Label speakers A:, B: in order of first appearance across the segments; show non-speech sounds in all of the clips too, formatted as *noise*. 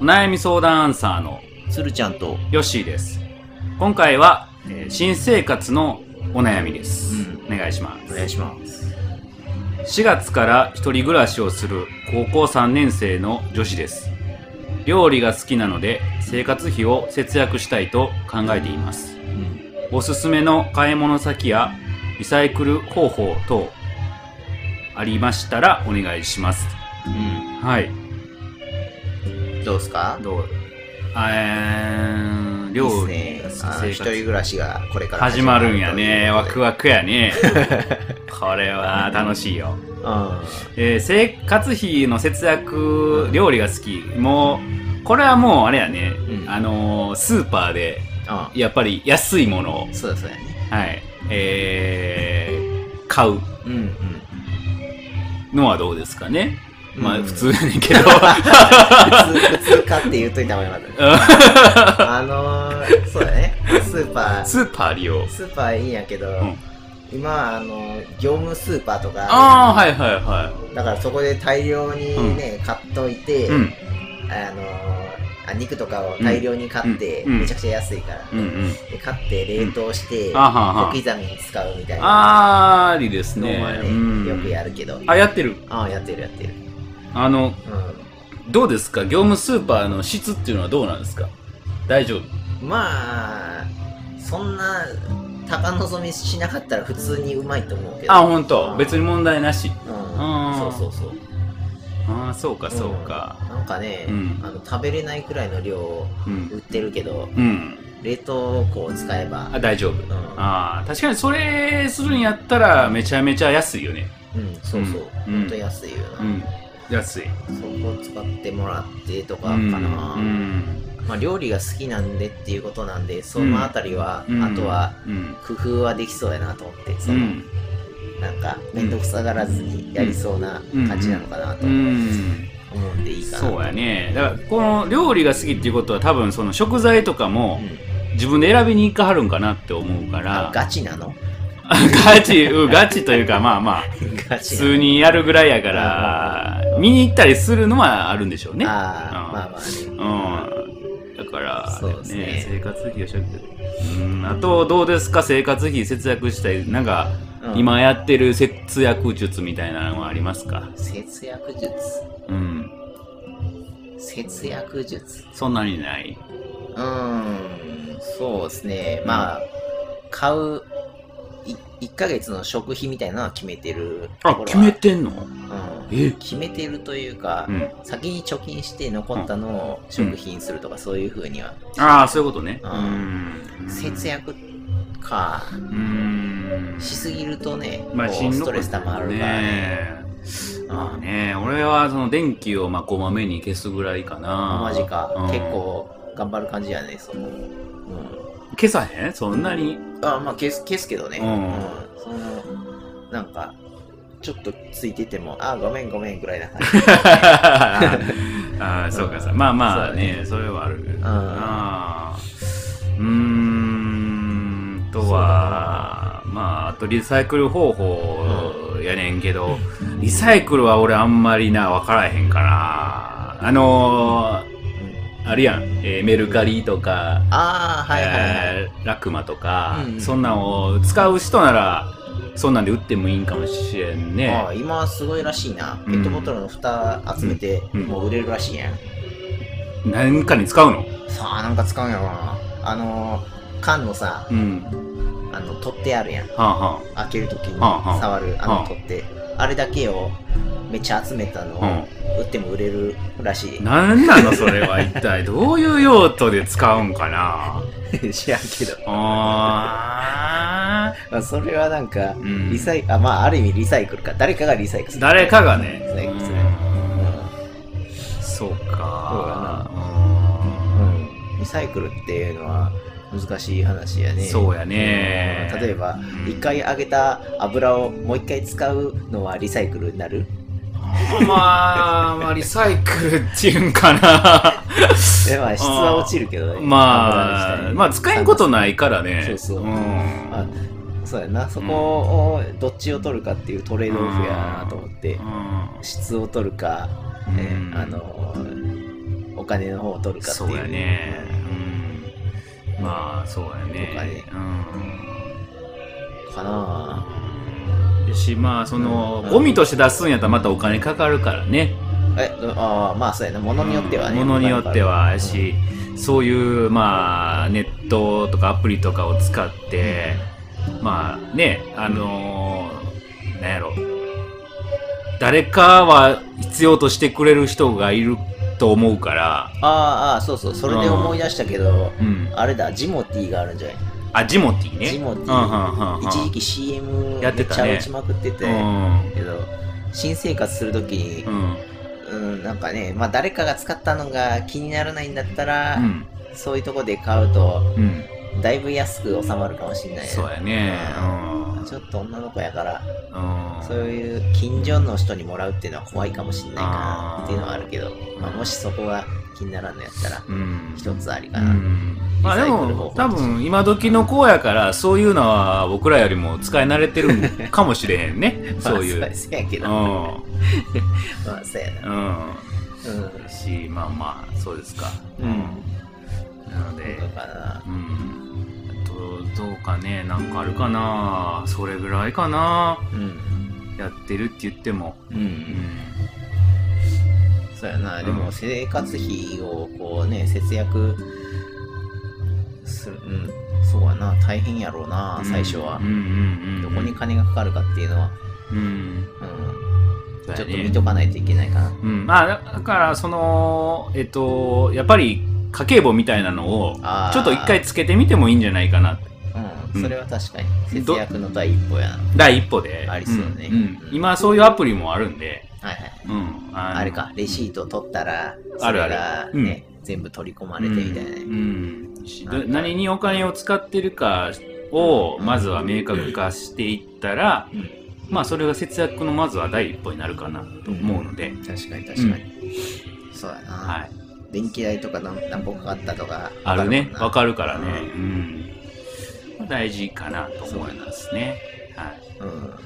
A: お悩み相談アンサーの
B: 鶴ちゃんと、
A: ヨッシーです。今回は、えー新生活のお悩みです。
B: う
A: お願いしま
B: お願いします。
A: す。4月から一人暮らしをする高校3年生の女子です。料理が好きなので生活費を節約したいと考えています。
B: うん。
A: おすすめの買い物先やリサイクル方法等ありましたらお願いします。はい。
B: うん。どうですか
A: どうえー、料
B: いい
A: 理
B: っ
A: が
B: すね。あの
A: 生
B: 一人暮
A: 活
B: らしがこれから
A: 始まるんやね。ワク
B: ワ
A: ワクや
B: *laughs*
A: ね。これは楽しいよ。
B: ク。
A: えー生活費の節約、料理が好き。もう、これはもうあれやね。
B: うん
A: あのースーパーで、
B: う
A: やっぱり安いものを
B: ん。う、ん。そうだそうだね。
A: はい、えー、買う。
B: うんうん。
A: のはどうですかね、まあ
B: うん
A: 普通やねんけ
B: *laughs*
A: ど
B: 普通、普通かって言っといた方がよかった。あのー、そうだね。スーパー、
A: スーパー利用
B: スーパーいいんやけど
A: ん、
B: 今、あの、業務スーパーとか、
A: ああはいはいは
B: だからそこで大量にね、買っといて
A: い、うん
B: あのーあ肉とかを大量に買って、
A: うんうん
B: めちゃくちゃ安いから、
A: うんうん
B: で買って冷凍して、
A: あはは
B: 小刻みに使うみたいな
A: あーありです
B: の
A: ね
B: はね、
A: うん
B: よくやるけど、
A: あやってる
B: ああやってるやってる、
A: あの
B: う
A: どうですか業務スーパーの質っていうのはどうなんですか大丈夫
B: ん、まあそんな高望みしなかったら普通にうまいと思うけど
A: あ本当別に問題なし
B: うん
A: あー
B: そうそうそう
A: ああそうかそうか
B: んなんかね、
A: うん
B: あの食べれないくらいの量を
A: うん
B: 売ってるけど
A: うん
B: 冷凍庫を使えば
A: あ大丈夫
B: うん、
A: ああ確かにそれするんやったらめちゃめちゃ安いよね
B: うん、そうそう、
A: うん
B: ほんと安いよな、
A: うん安い
B: そこを使ってもらってとかか
A: うん
B: な、
A: うん
B: まあ、料理が好きなんでっていうことなんでそのあたりは、
A: うん
B: あとは
A: うん
B: 工夫はできそうやなと思ってそうの、
A: ん
B: なんか面倒くさがらずにやりそうな感じなのかなと
A: うん
B: 思うんでいいかな、
A: そうやねだからこの料理が好きっていうことは多分その食材とかも
B: うん
A: 自分で選びに行かはるんかなって思うから
B: あガチなの *laughs*
A: *laughs* ガチうんガチというかまあまあ
B: ガ
A: 普
B: チなの
A: 通にやるぐらいやから見に行ったりするのはあるんでしょうねう
B: ああ
A: ん
B: まあまあ
A: うん
B: ね、
A: だから
B: そうですね
A: 生活費をしゃうんあとどうですか生活費節約したいなんか
B: うん
A: 今やってる節約術みたいなのはありますか
B: 節約術
A: うん
B: 節約術
A: そんなにないう
B: ーんそうですねまあ買う1ヶ月の食費みたいなのは決めてると
A: あ
B: ころは
A: 決めてんの
B: うん、
A: え
B: 決めてるというか、
A: うん
B: 先に貯金して残ったのを食費にするとか、そういうふうには
A: ああそういうことね
B: う
A: うん
B: 節約か
A: うん
B: しすぎるとね、
A: まあ
B: こう
A: しん
B: ス
A: ど
B: ト
A: く
B: レス溜まるからね
A: えまあね俺はその電気をまあこまめに消すぐらいかな
B: マジか、
A: うん
B: 結構頑張る感じやねその、うん、
A: 消さへんそんな
B: *laughs*
A: に
B: あまあ消す消すけどね、
A: うん
B: そのなんかちょっとついててもあごめんごめんぐらいな感じ
A: ああそうかさまあまあねそれはあるあーうーんとはまああとリサイクル方法やねんけどリサイクルは俺あんまりな分からへんかなあのーあるやん、えーメルカリとか、
B: ああはいはいはい、
A: えーラクマとか、
B: うんうん
A: そんなんを使う人ならそんなんで売ってもいいんかもしれんね
B: あー今すごいらしいな
A: うん
B: ペットボトルの蓋集めて、
A: うん
B: もう売れるらしいやん
A: 何かに使うの
B: さあなんか使うんやろなあのー缶のさ
A: うん
B: あの取ってあるやん
A: はあは
B: 開けるときに
A: はあはあ
B: 触るあ
A: はあ
B: の取ってあれだけをめっちゃ集めたのを
A: うん
B: 売っても売れるらしい、
A: なんなのそれは一体どういう用途で使うんかな
B: 知らんけど、
A: あ
B: まあ、それはなんか
A: ん
B: リサイ、あまあある意味リサイクルか誰かがリサイクルす
A: ー
B: る
A: 誰かがね
B: リサイクルする
A: うんそうかうん
B: うんリサイクルっていうのは難しい話やね
A: そうやね
B: 例えば
A: ん
B: 一回揚げた油をもう一回使うのはリサイクルになる
A: まあまあリサイクルっていうんかな
B: でまあ質は落ちるけどね油にした
A: まあ
B: り
A: まあ使えんことないからね
B: そうそうんあそうやなそこをどっちを取るかっていうトレードオフやなと思って
A: うん
B: 質を取るか、ね
A: うん
B: あのお金の方を取るかって
A: そ
B: い。
A: ううやね。うん。まあ、そうやね。
B: とかねうん。か
A: う。
B: なん
A: し、まあ、その
B: うん、
A: ゴミとして出すんやったらまたお金かかるからね。
B: ぁ。え、どああ、まあそうやな。ものによってはね。
A: ものによってはやし、そういう、まあ、ネットとかアプリとかを使って、まあね、あのー、なんやろ、誰かは必要としてくれる人がいると思うから、
B: ああ、ああ、そうそう。それで思い出したけど、
A: うん。
B: あれだ、ジモティーがあるんじゃない
A: あ、ジモティね。
B: ジモティ
A: うんうんうんうん、
B: 一時期 CM
A: やってたね
B: めっちゃ打ちまくってて、
A: うん。
B: けど、新生活するときに、
A: うん。
B: うん、なんかね、まあ誰かが使ったのが気にならないんだったら、
A: うん。
B: そういうとこで買うと、
A: うん。
B: だいぶ安く収まるかもしれない。
A: そうやね。うん。
B: ちょっと女の子やから、
A: うん。
B: そういう近所の人にもらうっていうのは怖いかもしれないか
A: あー
B: なっていうのはあるけど、まあ、もしそこが気にならんのやったら、
A: うん。
B: 一つあり
A: う
B: かな。
A: んまあで
B: リサイクル方
A: も
B: 法
A: 多分今時の子やからそういうのは僕らよりも使い慣れてるんかもしれへん
B: *laughs*
A: ね
B: まあ
A: そういう。う
B: そうやけど、ま
A: ん
B: あ、そうやな。
A: う
B: うん。
A: んしまあまあそうですか。なので
B: そうかな。
A: うんどどうかねなんかあるかなそれぐらいかな
B: うん。
A: やってるって言っても。
B: う。
A: うんん
B: そうやな。
A: うん
B: でも、生活費をこうね、節約する、うん。そうやな。大変やろうな、最初は
A: うん。うんうんうん
B: どこに金がかかるかっていうのは、
A: うん
B: うん。
A: そうや
B: ちょっと
A: ね
B: 見とかないといけないかな。
A: うん、まあだだからそのえっとやっぱり家計簿みたいなのを
B: あー
A: ちょっと一回つけてみてもいいんじゃないかな
B: うん。それは確かに。節約の第一歩やな。
A: 第一歩で
B: ありそうね
A: んん今そういうアプリもあるんで、
B: はいはい。
A: うん、あの
B: あれか、レシート取ったら、
A: あるある
B: あ
A: うん
B: ね、全部取り込まれてみたいな
A: う
B: ね。
A: んうんし
B: なんか
A: 何にお金を使ってるかをまずは明確化していったら、
B: うん
A: まあそれが節約のまずは第一歩になるかなと思うので、
B: 確かに確かに。そうや
A: は
B: な。
A: い、
B: 電気代とか何何本かかったとか。
A: あるねわ
B: わ
A: か
B: る
A: るからね、うん、大事かなと思いますね、はい
B: もんな。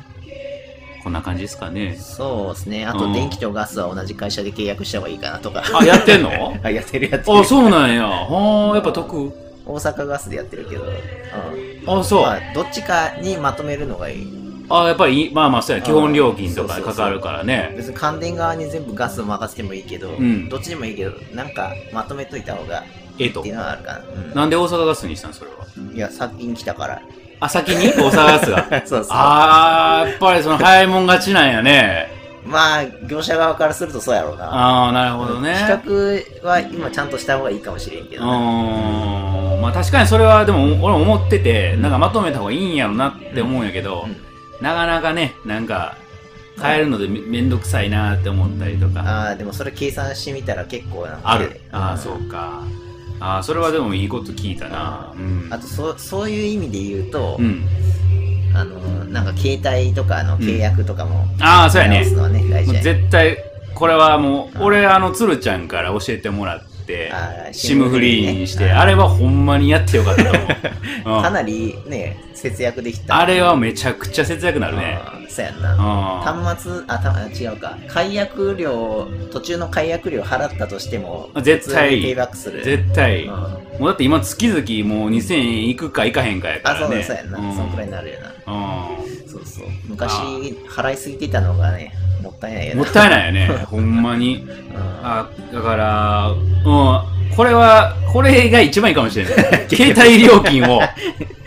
A: こんな感じですかね
B: うん。。そうですね。あ
A: う
B: と、
A: ん
B: 電気とガスは同じ会社で契約した方がいいかなとか。
A: あ、やってんの
B: *laughs* あ、やってるやってる。
A: あ、そうなんや。はあ、やっぱ得。
B: 大阪ガスでやってるけど。うん。
A: あ、そう。
B: まあどっちかにまとめるのがいい。
A: あ、やっぱりい、まあまあ、そうや。
B: うん
A: 基本料金とか
B: そうそう
A: か
B: そう
A: かるからね。
B: 別に関電側に全部ガスを任せてもいいけど、
A: ん
B: どっちでもいいけど、なんかまとめといた方が
A: えっ
B: っ
A: と
B: てい。うのはあるかな。うん
A: なんで大阪ガスにしたんそれは。
B: いや、殺菌来た
A: *laughs*
B: から。
A: あ、先に大阪ガスが。
B: そうそう。
A: *laughs* あー、やっぱりその早いもん勝ちなんやね。
B: まあ、業者側からするとそうやろうな。
A: あー、なるほどね。
B: 比較は今ちゃんとした方がいいかもしれんけ
A: う
B: どね。
A: ーん。まあ確かにそれはでも俺思ってて、なんかまとめた方がいいんやろなって思うんやけど、
B: うん
A: なかなかね、なんか変えるのでめめんどくさいなって思ったりとか。
B: ああ、でもそれ計算してみたら結構なんか
A: あ
B: ね
A: る。ああ、そ。
B: ん
A: うか。ああ、それはでもいいこと聞いたな。うん。
B: あとそ、そういう意味で言うと
A: う、ん。
B: あの、なんか携帯とかの契約とかも、
A: ああ、そうや
B: 直
A: ね
B: す。のはね、大
A: も
B: 事
A: う
B: やね。
A: 絶対、これはも
B: う
A: う、
B: ん
A: 俺、あの、つるちゃんから教えてもらって、
B: あー
A: シムフリーにし
B: シムフリー
A: て、
B: ね
A: あれはほんまにやってよかった
B: *laughs*
A: と思う。う
B: か
A: ん
B: なりね、節約できた。
A: あれはめちゃくちゃ節約になるね。
B: あーそうやん
A: うん
B: な。端末、あ、た違うか。解約料、途中の解約料払ったとしても、
A: 絶対
B: 普通にペイバックする。
A: 絶対。
B: うん
A: もうだって今、月々もう2000円いくかいかへんかやか
B: あ、そ
A: ら
B: う
A: ね。
B: だ、そうやんな。
A: うん
B: そんくらいになるよな。
A: う
B: そうそう。昔
A: あー、
B: 払いすぎてたのがね、もったいないよ
A: ん。
B: な。
A: もったいないよね。
B: *laughs*
A: ほんまに。
B: うん
A: あだから、うん、これは、これが一番いいかもしれ
B: *laughs*
A: ない。携帯料金を、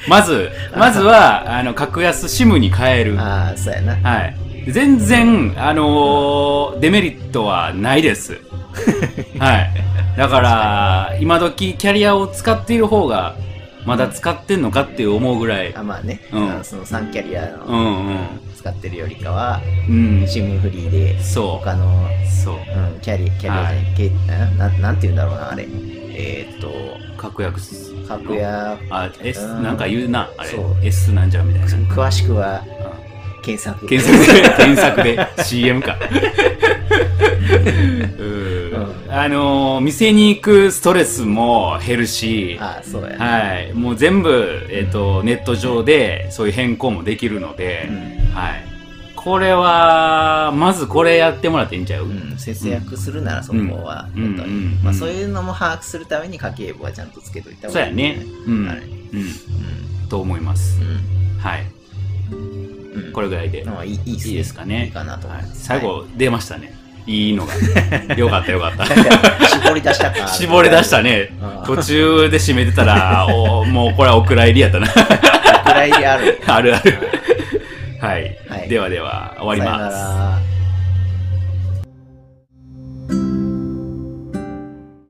A: まず、まずは、あの、格安シムに変える。は
B: ああ、そうやな。
A: い。全然、あのーデメリットはない
B: *laughs*
A: です。はい。だから、今時キャリアを使っている方が、まだ使ってんのかって思うぐらい。
B: あまあね、
A: うん
B: あのその3キャリア
A: う
B: の
A: んうん。
B: 使ってるよりかは、
A: うん。
B: シムフリーで、
A: そう。
B: 他の、
A: そう。
B: うん、キャリ、キャリア
A: は
B: じ
A: い
B: ゃないけな、ななんて言うんだろうな、あれ。えーっと、
A: 格安。
B: 格安、
A: あ、S、
B: うん
A: なんか言うな、あれ
B: そう。
A: S なんじゃみたいな。
B: 詳しくは
A: うん
B: 検索。
A: 検索で、検索
B: *laughs*
A: で、CM か。うんあのー店に行くストレスも減るし、
B: ああ、そうやな。
A: はい、もう全部、えっとネット上でそういう変更もできるので、
B: うん
A: はい、これは、まずこれやってもらっていいんちゃう、
B: うん、節約するならその方は、
A: うん
B: 本当
A: う
B: に
A: んうん
B: まあ、そういうのも把握するために家計簿はちゃんとつけといた方
A: そう
B: が
A: や
B: いい、
A: ね。うん。
B: はい
A: うん。と思います。はい。
B: うんうん
A: これぐらいで。
B: まあいいいいっすね
A: いいですかね。
B: いいかなと思い
A: は
B: ま
A: い
B: す、
A: 最後、出ましたね。いいの
B: *laughs*
A: が。よかったよかった。
B: 絞り出したか
A: *laughs* 絞り出したね
B: うん。
A: 途中で締めてた
B: *laughs*
A: ら、おもうこれはお蔵入りやったな。 *laughs*
B: くらいである
A: あるある。はい。
B: は
A: *laughs*
B: い
A: ではでは、終わります。
B: さよなら